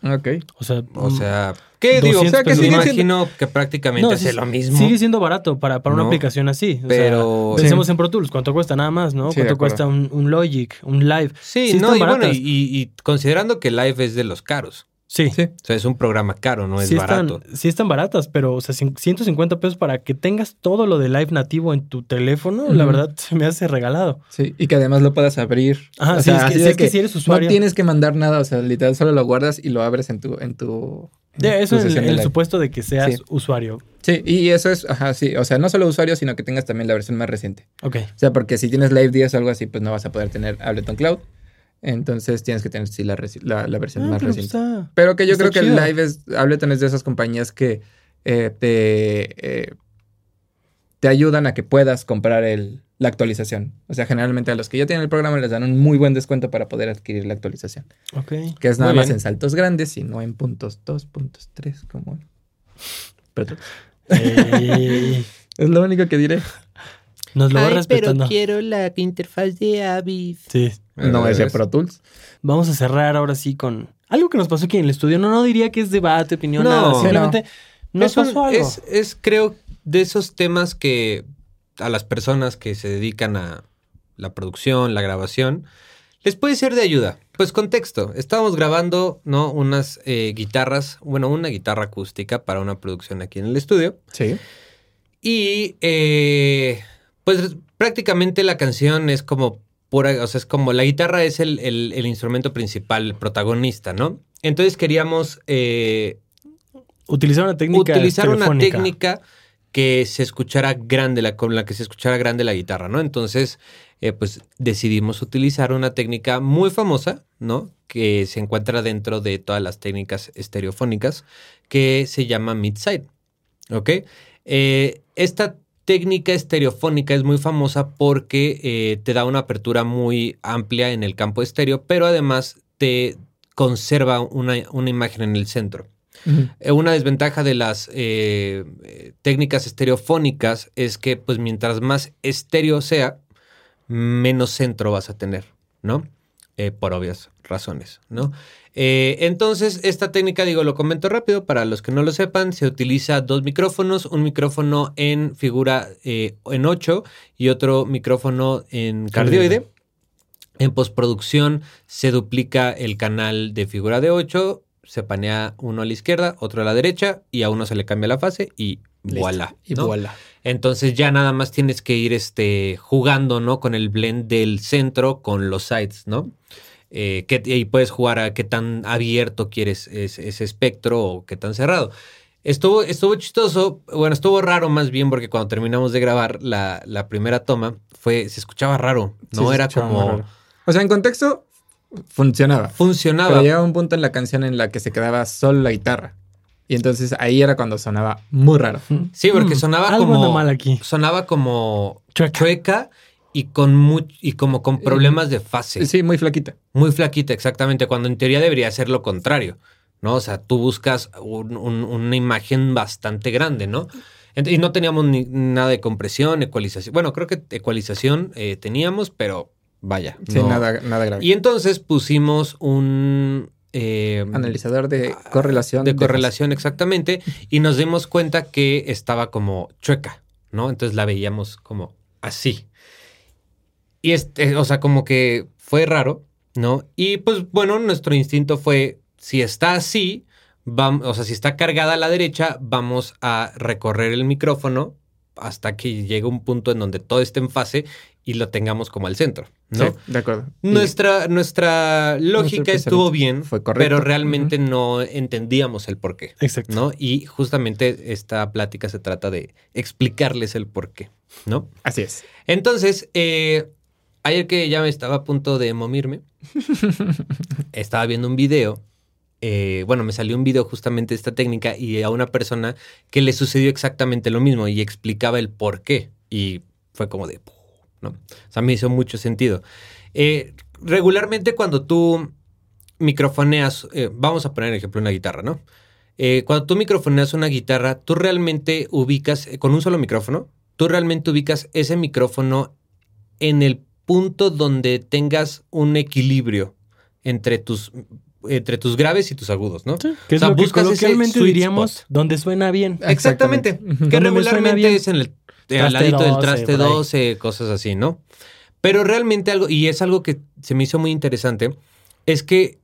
[SPEAKER 2] Ok.
[SPEAKER 3] O sea,
[SPEAKER 1] O
[SPEAKER 3] mm,
[SPEAKER 1] sea, ¿qué digo?
[SPEAKER 3] 200
[SPEAKER 1] O sea, que
[SPEAKER 3] pesos.
[SPEAKER 1] me
[SPEAKER 3] Sigue
[SPEAKER 1] imagino que prácticamente
[SPEAKER 3] no,
[SPEAKER 1] hace
[SPEAKER 3] sí-
[SPEAKER 1] lo mismo.
[SPEAKER 3] Sigue siendo barato para, para una
[SPEAKER 1] No.
[SPEAKER 3] aplicación así. O sea,
[SPEAKER 1] Pero-
[SPEAKER 3] pensemos en Pro Tools, ¿cuánto cuesta nada más, no?
[SPEAKER 2] Sí, de
[SPEAKER 3] ¿Cuánto
[SPEAKER 2] acuerdo.
[SPEAKER 3] cuesta un, un Logic, un Live?
[SPEAKER 1] Sí,
[SPEAKER 3] sí
[SPEAKER 1] no,
[SPEAKER 3] están
[SPEAKER 1] y bueno,
[SPEAKER 3] baratas.
[SPEAKER 1] y, y- y considerando que Live es de los caros.
[SPEAKER 3] Sí.
[SPEAKER 2] Sí.
[SPEAKER 1] O sea, es un programa caro, no es
[SPEAKER 3] sí están,
[SPEAKER 1] barato.
[SPEAKER 3] sí están baratas, pero o sea, cin- 150 pesos para que tengas todo lo de live nativo en tu teléfono, la
[SPEAKER 2] Ujú.
[SPEAKER 3] verdad se me hace regalado.
[SPEAKER 2] Sí, y que además lo puedas abrir.
[SPEAKER 3] Ajá,
[SPEAKER 2] O
[SPEAKER 3] sí,
[SPEAKER 2] sea,
[SPEAKER 3] es que,
[SPEAKER 2] así
[SPEAKER 3] sí,
[SPEAKER 2] de
[SPEAKER 3] es que si eres usuario.
[SPEAKER 2] No tienes que mandar nada, o sea, literal solo lo guardas y lo abres en tu... En tu
[SPEAKER 3] Ya, eso
[SPEAKER 2] tu
[SPEAKER 3] en,
[SPEAKER 2] sesión
[SPEAKER 3] en
[SPEAKER 2] de
[SPEAKER 3] el
[SPEAKER 2] live.
[SPEAKER 3] supuesto de que seas
[SPEAKER 2] Sí.
[SPEAKER 3] usuario.
[SPEAKER 2] Sí, y eso es, ajá, sí, o sea, no solo usuario, sino que tengas también la versión más reciente.
[SPEAKER 3] Ok.
[SPEAKER 2] O sea, porque si tienes Live 10 o algo así, pues no vas a poder tener Ableton Cloud. Entonces tienes que tener sí la, reci- la, la versión
[SPEAKER 3] Ah,
[SPEAKER 2] más
[SPEAKER 3] pero
[SPEAKER 2] reciente.
[SPEAKER 3] está-
[SPEAKER 2] Pero que yo
[SPEAKER 3] Está
[SPEAKER 2] creo que
[SPEAKER 3] chido.
[SPEAKER 2] Live es, Ableton es de esas compañías que eh, te, eh, te ayudan a que puedas comprar el, la actualización. O sea, generalmente a los que ya tienen el programa les dan un muy buen descuento para poder adquirir la actualización.
[SPEAKER 3] Ok.
[SPEAKER 2] Que es
[SPEAKER 1] Muy
[SPEAKER 2] nada más
[SPEAKER 1] bien.
[SPEAKER 2] en saltos grandes y no en puntos 2, puntos 3, como... Perdón.
[SPEAKER 3] Ey,
[SPEAKER 2] Es lo único que diré.
[SPEAKER 3] nos lo va respetando.
[SPEAKER 1] quiero la interfaz de Avid.
[SPEAKER 3] Sí.
[SPEAKER 2] No
[SPEAKER 1] Pues,
[SPEAKER 2] es de Pro Tools.
[SPEAKER 3] Vamos a cerrar ahora sí con algo que nos pasó aquí en el estudio. No, no diría que es debate, opinión,
[SPEAKER 1] No,
[SPEAKER 3] nada.
[SPEAKER 1] no.
[SPEAKER 3] Simplemente nos
[SPEAKER 1] es, un-
[SPEAKER 3] pasó algo.
[SPEAKER 1] es- es, creo, de esos temas que a las personas que se dedican a la producción, la grabación, les puede ser de ayuda. Pues contexto, estábamos grabando, ¿no? Unas eh, guitarras, bueno, una guitarra acústica para una producción aquí en el estudio.
[SPEAKER 2] Sí.
[SPEAKER 1] Y eh, pues prácticamente la canción es como pura, o sea, es como la guitarra es el, el- el instrumento principal, el protagonista, ¿no? Entonces queríamos eh,
[SPEAKER 3] Utilizar una técnica
[SPEAKER 1] utilizar una
[SPEAKER 3] telefónica.
[SPEAKER 1] técnica que se escuchara grande, la, con la que se escuchara grande la guitarra, ¿no? Entonces, eh, pues decidimos utilizar una técnica muy famosa, ¿no? Que se encuentra dentro de todas las técnicas estereofónicas, que se llama midside, ¿ok? Eh, esta técnica estereofónica es muy famosa porque eh, te da una apertura muy amplia en el campo estéreo, pero además te conserva una- una imagen en el centro. Eh, Una desventaja de las eh, eh, técnicas estereofónicas es que, pues, mientras más estéreo sea, menos centro vas a tener, ¿no? Eh, por obvias razones, ¿no? Eh, entonces, esta técnica, digo, lo comento rápido, para los que no lo sepan, se utiliza dos micrófonos, un micrófono en figura eh, en 8 y otro micrófono en cardioide. En postproducción se duplica el canal de figura de 8, se panea uno a la izquierda, otro a la derecha y a uno se le cambia la fase y voilà.
[SPEAKER 2] Y
[SPEAKER 1] ¿no?
[SPEAKER 2] voilà.
[SPEAKER 1] Entonces ya nada más tienes que ir este, jugando, ¿no? Con el blend del centro con los sides, ¿no? Eh, que, y puedes jugar a qué tan abierto quieres ese, ese espectro o qué tan cerrado. Estuvo, estuvo chistoso, bueno, estuvo raro más bien porque cuando terminamos de grabar la, la primera toma fue, se escuchaba raro,
[SPEAKER 2] Sí,
[SPEAKER 1] ¿no?
[SPEAKER 2] se
[SPEAKER 1] Era
[SPEAKER 2] escuchaba
[SPEAKER 1] como...
[SPEAKER 2] muy raro. O sea, en contexto, funcionaba.
[SPEAKER 1] Funcionaba.
[SPEAKER 2] Pero llegaba un punto en la canción en la que se quedaba solo la guitarra. Y entonces ahí era cuando sonaba muy raro.
[SPEAKER 1] Sí, porque
[SPEAKER 3] Mm,
[SPEAKER 1] sonaba
[SPEAKER 3] algo
[SPEAKER 1] como...
[SPEAKER 3] anda mal aquí.
[SPEAKER 1] Sonaba como
[SPEAKER 3] Chueca.
[SPEAKER 1] chueca y, con mu- y como
[SPEAKER 3] Eh,
[SPEAKER 1] con problemas de fase.
[SPEAKER 2] Sí, muy flaquita.
[SPEAKER 1] Muy flaquita, exactamente, cuando en teoría debería ser lo contrario, ¿no? O sea, tú buscas un- un- una imagen bastante grande, ¿no? Ent- Y no teníamos ni nada de compresión, ecualización. Bueno, creo que ecualización eh, teníamos, pero vaya.
[SPEAKER 2] Sí,
[SPEAKER 1] no.
[SPEAKER 2] nada, nada grave.
[SPEAKER 1] Y entonces pusimos un... eh,
[SPEAKER 2] Analizador de correlación.
[SPEAKER 1] de correlación, exactamente. Y nos dimos cuenta que estaba como chueca, ¿no? Entonces la veíamos como así. Y este, o sea, como que fue raro, ¿no? Y pues bueno, nuestro instinto fue, si está así, vam- o sea, si está cargada a la derecha, vamos a recorrer el micrófono hasta que llegue un punto en donde todo esté en fase y lo tengamos como al centro, ¿no?
[SPEAKER 2] ¿no? de acuerdo. Y
[SPEAKER 1] Nuestra, nuestra lógica estuvo
[SPEAKER 2] pensamiento
[SPEAKER 1] bien,
[SPEAKER 2] fue correcto.
[SPEAKER 1] pero realmente no entendíamos el por qué,
[SPEAKER 3] Exacto.
[SPEAKER 1] ¿no? Y justamente esta plática se trata de explicarles el por qué, ¿no?
[SPEAKER 2] Así es.
[SPEAKER 1] Entonces, eh, ayer que ya me estaba a punto de momirme, estaba viendo un video. eh, bueno, me salió un video justamente de esta técnica y a una persona que le sucedió exactamente lo mismo y explicaba el por qué. Y fue como de... ¿no? O sea, me hizo mucho sentido. Eh, regularmente cuando tú microfoneas, eh, vamos a poner el ejemplo de una guitarra, ¿no? Eh, cuando tú microfoneas una guitarra, tú realmente ubicas, eh, con un solo micrófono, tú realmente ubicas ese micrófono en el punto donde tengas un equilibrio entre tus, entre tus graves y tus agudos, ¿no?
[SPEAKER 3] Sí, que es
[SPEAKER 1] O sea,
[SPEAKER 3] lo que
[SPEAKER 1] buscas ese
[SPEAKER 3] coloquialmente
[SPEAKER 1] sweet
[SPEAKER 3] diríamos
[SPEAKER 1] spot. Eh,
[SPEAKER 3] donde suena bien.
[SPEAKER 1] Exactamente.
[SPEAKER 2] Ujú.
[SPEAKER 1] Que
[SPEAKER 3] ¿Dónde me suena bien?
[SPEAKER 1] regularmente es en el eh, al
[SPEAKER 3] Traste
[SPEAKER 1] ladito del
[SPEAKER 3] 12,
[SPEAKER 1] traste
[SPEAKER 3] por ahí.
[SPEAKER 1] 12, cosas así, ¿no? Pero realmente algo, y es algo que se me hizo muy interesante, es que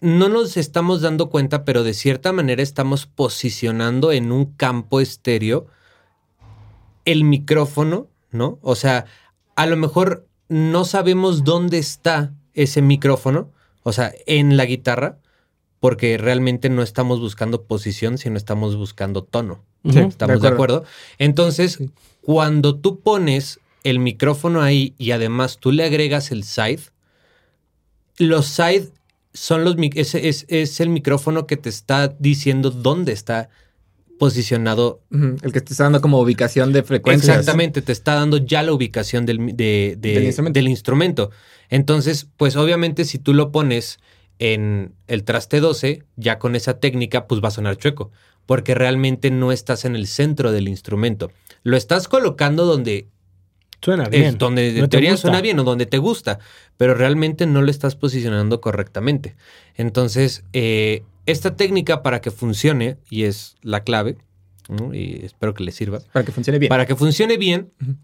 [SPEAKER 1] no nos estamos dando cuenta, pero de cierta manera estamos posicionando en un campo estéreo el micrófono, ¿no? O sea, a lo mejor no sabemos dónde está ese micrófono, o sea, en la guitarra, porque realmente no estamos buscando posición, sino estamos buscando tono.
[SPEAKER 3] Ujú.
[SPEAKER 1] ¿Estamos de acuerdo? Entonces, cuando tú pones el micrófono ahí y además tú le agregas el side, los side son los mic- es, es- es el micrófono que te está diciendo dónde está posicionado.
[SPEAKER 2] Ujú, El que te está dando como ubicación de frecuencias.
[SPEAKER 1] Exactamente, te está dando ya la ubicación del, mi- de- de-
[SPEAKER 2] Del instrumento.
[SPEAKER 1] del instrumento. Entonces, pues obviamente si tú lo pones en el traste 12, ya con esa técnica, pues va a sonar chueco, porque realmente no estás en el centro del instrumento. Lo estás colocando donde
[SPEAKER 3] Suena
[SPEAKER 1] es
[SPEAKER 3] bien.
[SPEAKER 1] donde de
[SPEAKER 3] No te
[SPEAKER 1] teoría
[SPEAKER 3] gusta.
[SPEAKER 1] suena bien o donde te gusta, pero realmente no lo estás posicionando correctamente. Entonces, eh, esta técnica para que funcione, y es la clave, ¿no? y espero que le sirva,
[SPEAKER 2] Para que funcione bien.
[SPEAKER 1] para que funcione bien,
[SPEAKER 2] Ujú.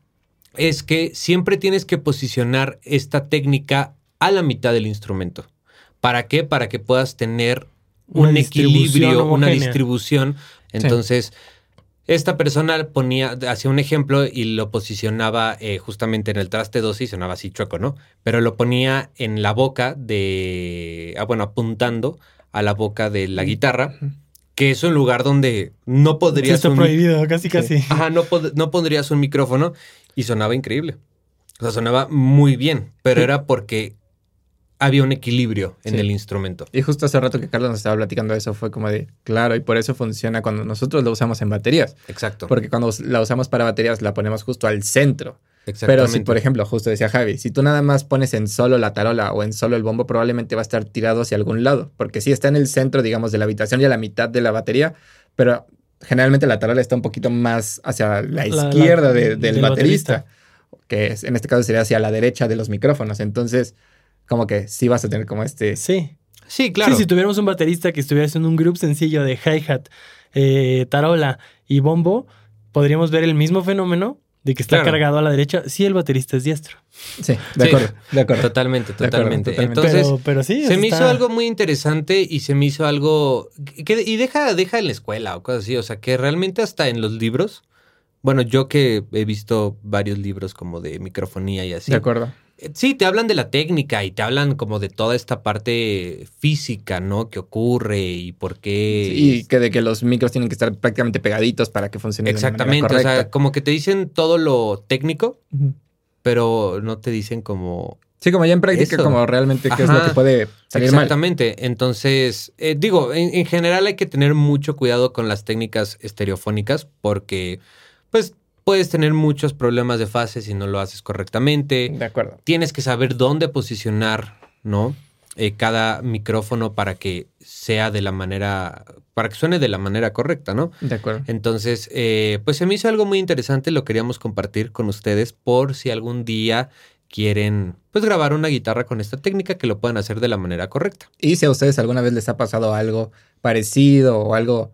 [SPEAKER 1] es que siempre tienes que posicionar esta técnica a la mitad del instrumento. ¿Para qué? Para que puedas tener
[SPEAKER 3] Una
[SPEAKER 1] un
[SPEAKER 3] distribución
[SPEAKER 1] equilibrio, una
[SPEAKER 3] homogénea.
[SPEAKER 1] distribución. Entonces, esta persona ponía, hacía un ejemplo y lo posicionaba eh, justamente en el traste 2 y sonaba así chueco, ¿no? Pero lo ponía en la boca de, ah, bueno, apuntando a la boca de la guitarra,
[SPEAKER 2] Ujú.
[SPEAKER 1] que es un lugar donde no
[SPEAKER 3] Sí,
[SPEAKER 1] podrías
[SPEAKER 3] está
[SPEAKER 1] un- Ah,
[SPEAKER 3] prohibido, casi, casi.
[SPEAKER 1] Ajá, no, pod- no pondrías un micrófono y sonaba increíble. O sea, sonaba muy bien, pero era porque había un equilibrio en
[SPEAKER 2] Sí.
[SPEAKER 1] el instrumento.
[SPEAKER 2] Y justo hace rato que Carlos nos estaba platicando de eso, fue como de, claro, y por eso funciona cuando nosotros lo usamos en baterías.
[SPEAKER 1] Exacto.
[SPEAKER 2] Porque cuando us- la usamos para baterías la ponemos justo al centro. Pero
[SPEAKER 1] Exactamente.
[SPEAKER 2] si, por ejemplo, justo decía Javi, si tú nada más pones en solo la tarola o en solo el bombo, probablemente va a estar tirado hacia algún lado. Porque sí está en el centro, digamos, de la habitación y a la mitad de la batería, pero generalmente la tarola está un poquito más hacia la
[SPEAKER 3] La- la-
[SPEAKER 2] izquierda de- del,
[SPEAKER 3] del
[SPEAKER 2] baterista, que es- en este caso sería hacia la derecha de los micrófonos. Entonces, como que sí vas a tener como este...
[SPEAKER 3] Sí.
[SPEAKER 1] sí, claro.
[SPEAKER 3] Sí, si tuviéramos un baterista que estuviera haciendo un grupo sencillo de hi-hat, eh, tarola y bombo, podríamos ver el mismo fenómeno de que está
[SPEAKER 1] Claro.
[SPEAKER 3] cargado a la derecha. Sí, el baterista es diestro.
[SPEAKER 2] Sí, de
[SPEAKER 1] Sí.
[SPEAKER 2] acuerdo, de acuerdo.
[SPEAKER 1] Totalmente,
[SPEAKER 2] acuerdo,
[SPEAKER 1] totalmente.
[SPEAKER 2] totalmente.
[SPEAKER 1] Entonces,
[SPEAKER 3] pero, pero sí.
[SPEAKER 1] se me
[SPEAKER 3] está-
[SPEAKER 1] hizo algo muy interesante y se me hizo algo... que- y deja, deja en la escuela o cosas así. O sea, que realmente hasta en los libros... Bueno, yo que he visto varios libros como de microfonía y así.
[SPEAKER 2] De acuerdo.
[SPEAKER 1] Eh, Sí, te hablan de la técnica y te hablan como de toda esta parte física, ¿no? Que ocurre y por qué.
[SPEAKER 2] Y que de que los micros tienen que estar prácticamente pegaditos para que funcionen
[SPEAKER 1] Exactamente,
[SPEAKER 2] de
[SPEAKER 1] o
[SPEAKER 2] una manera
[SPEAKER 1] sea,
[SPEAKER 2] correcta.
[SPEAKER 1] como que te dicen todo lo técnico,
[SPEAKER 2] Ujú.
[SPEAKER 1] pero no te dicen como...
[SPEAKER 2] sí, como ya en práctica,
[SPEAKER 1] Eso.
[SPEAKER 2] como realmente qué es lo
[SPEAKER 1] Ajá.
[SPEAKER 2] que puede salir mal.
[SPEAKER 1] Exactamente, entonces, eh, digo, en, en general hay que tener mucho cuidado con las técnicas estereofónicas porque, pues, puedes tener muchos problemas de fase si no lo haces correctamente.
[SPEAKER 2] De acuerdo.
[SPEAKER 1] tienes que saber dónde posicionar, ¿no? Eh, cada micrófono para que sea de la manera, para que suene de la manera correcta, ¿no?
[SPEAKER 2] De acuerdo.
[SPEAKER 1] Entonces, eh, pues se me hizo algo muy interesante, lo queríamos compartir con ustedes por si algún día quieren, pues grabar una guitarra con esta técnica que lo puedan hacer de la manera correcta.
[SPEAKER 2] Y si a ustedes alguna vez les ha pasado algo parecido o algo,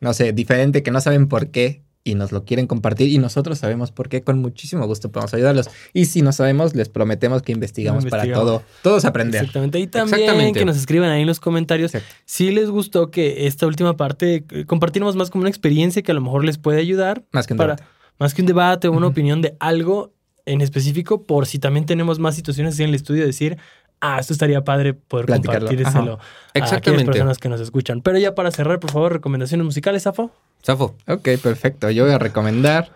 [SPEAKER 2] no sé, diferente que no saben por qué y nos lo quieren compartir y nosotros sabemos por qué, con muchísimo gusto podemos ayudarlos. Y si no sabemos, les prometemos que investigamos,
[SPEAKER 3] Investigamos.
[SPEAKER 2] para todo, todos aprender.
[SPEAKER 3] Exactamente. Y también
[SPEAKER 1] Exactamente.
[SPEAKER 3] que nos escriban ahí en los comentarios
[SPEAKER 2] Exacto.
[SPEAKER 3] si les gustó que esta última parte eh, compartiéramos más como una experiencia que a lo mejor les puede ayudar,
[SPEAKER 2] Más que un
[SPEAKER 3] Para-
[SPEAKER 2] debate.
[SPEAKER 3] más que un debate o una
[SPEAKER 2] Ujú.
[SPEAKER 3] opinión de algo en específico, por si también tenemos más situaciones así en el estudio, decir, ah, esto estaría padre poder
[SPEAKER 2] Platicarlo.
[SPEAKER 3] compartírselo a aquellas
[SPEAKER 1] Exactamente.
[SPEAKER 3] personas que nos escuchan. Pero ya para cerrar, por favor, recomendaciones musicales, Afo.
[SPEAKER 1] Safo.
[SPEAKER 2] Ok, perfecto. Yo voy a recomendar.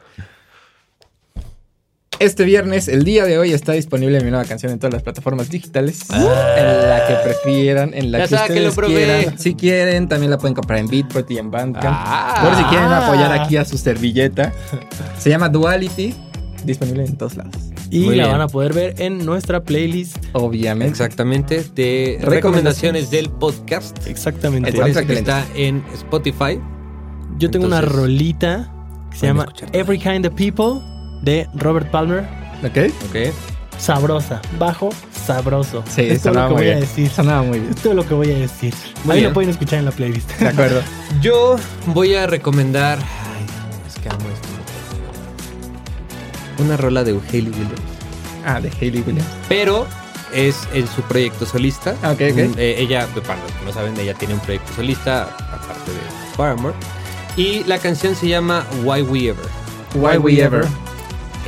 [SPEAKER 2] Este viernes, el día de hoy, está disponible mi nueva canción en todas las plataformas digitales. En la que prefieran, en la
[SPEAKER 1] Ah. Ya
[SPEAKER 2] que
[SPEAKER 1] sabe que
[SPEAKER 2] ustedes
[SPEAKER 1] lo probé.
[SPEAKER 2] quieran. Si quieren, también la pueden comprar en Beatport y en Bandcamp.
[SPEAKER 1] Ah.
[SPEAKER 2] Por si quieren apoyar aquí a su servilleta. Se llama Duality. Disponible en todos lados.
[SPEAKER 3] Y
[SPEAKER 1] Muy
[SPEAKER 3] la
[SPEAKER 1] bien.
[SPEAKER 3] van a poder ver en nuestra playlist.
[SPEAKER 2] Obviamente.
[SPEAKER 1] Exactamente, de
[SPEAKER 2] Recomendaciones.
[SPEAKER 1] recomendaciones del podcast.
[SPEAKER 3] Exactamente.
[SPEAKER 2] Exacto.
[SPEAKER 1] Acuérdense que está en Spotify.
[SPEAKER 3] Yo tengo una
[SPEAKER 1] Entonces,
[SPEAKER 3] rolita que se
[SPEAKER 1] pueden
[SPEAKER 3] llama
[SPEAKER 1] escuchar todo
[SPEAKER 3] Every Kind of People de Robert Palmer.
[SPEAKER 2] ¿Ok?
[SPEAKER 1] Ok.
[SPEAKER 3] Sabrosa. Bajo, sabroso.
[SPEAKER 2] Sí,
[SPEAKER 3] es todo
[SPEAKER 2] sonaba
[SPEAKER 3] lo
[SPEAKER 2] muy
[SPEAKER 3] que voy
[SPEAKER 2] bien.
[SPEAKER 3] a decir.
[SPEAKER 2] Sonaba muy bien.
[SPEAKER 3] Es todo lo que voy a decir.
[SPEAKER 1] Muy
[SPEAKER 3] Ahí
[SPEAKER 1] bien.
[SPEAKER 3] lo pueden escuchar en la playlist.
[SPEAKER 2] De acuerdo.
[SPEAKER 1] Yo voy a recomendar. Ay, es que amo esto. Una rola de Eugenio Williams.
[SPEAKER 2] Ah, de Hayley Williams.
[SPEAKER 1] Pero es en su proyecto solista.
[SPEAKER 2] Ah, ok, ok.
[SPEAKER 1] Mm, eh, ella, para los que no saben, ella tiene un proyecto solista, aparte de Paramore. Y la canción se llama Why We Ever.
[SPEAKER 2] Why We Ever.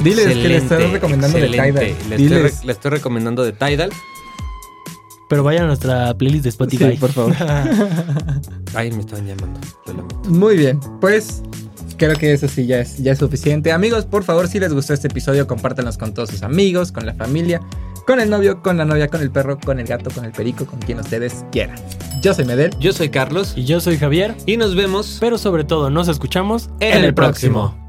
[SPEAKER 2] Diles que le estás
[SPEAKER 1] Excelente,
[SPEAKER 2] recomendando de
[SPEAKER 1] excelente.
[SPEAKER 2] Tidal.
[SPEAKER 1] Le estoy,
[SPEAKER 3] Diles.
[SPEAKER 1] re- le estoy recomendando de Tidal.
[SPEAKER 3] Pero vayan a nuestra playlist de Spotify.
[SPEAKER 2] Sí, por favor.
[SPEAKER 1] Ay, me estaban llamando. lo lamento.
[SPEAKER 2] Muy bien, pues creo que eso sí ya es, ya es suficiente. Amigos, por favor, si les gustó este episodio, compártanlos con todos sus amigos, con la familia, con el novio, con la novia, con el perro, con el gato, con el perico, con quien ustedes quieran. Yo soy Medel.
[SPEAKER 1] Yo soy Carlos
[SPEAKER 3] y yo soy Javier,
[SPEAKER 1] y nos vemos
[SPEAKER 3] pero sobre todo nos escuchamos
[SPEAKER 1] En el próximo.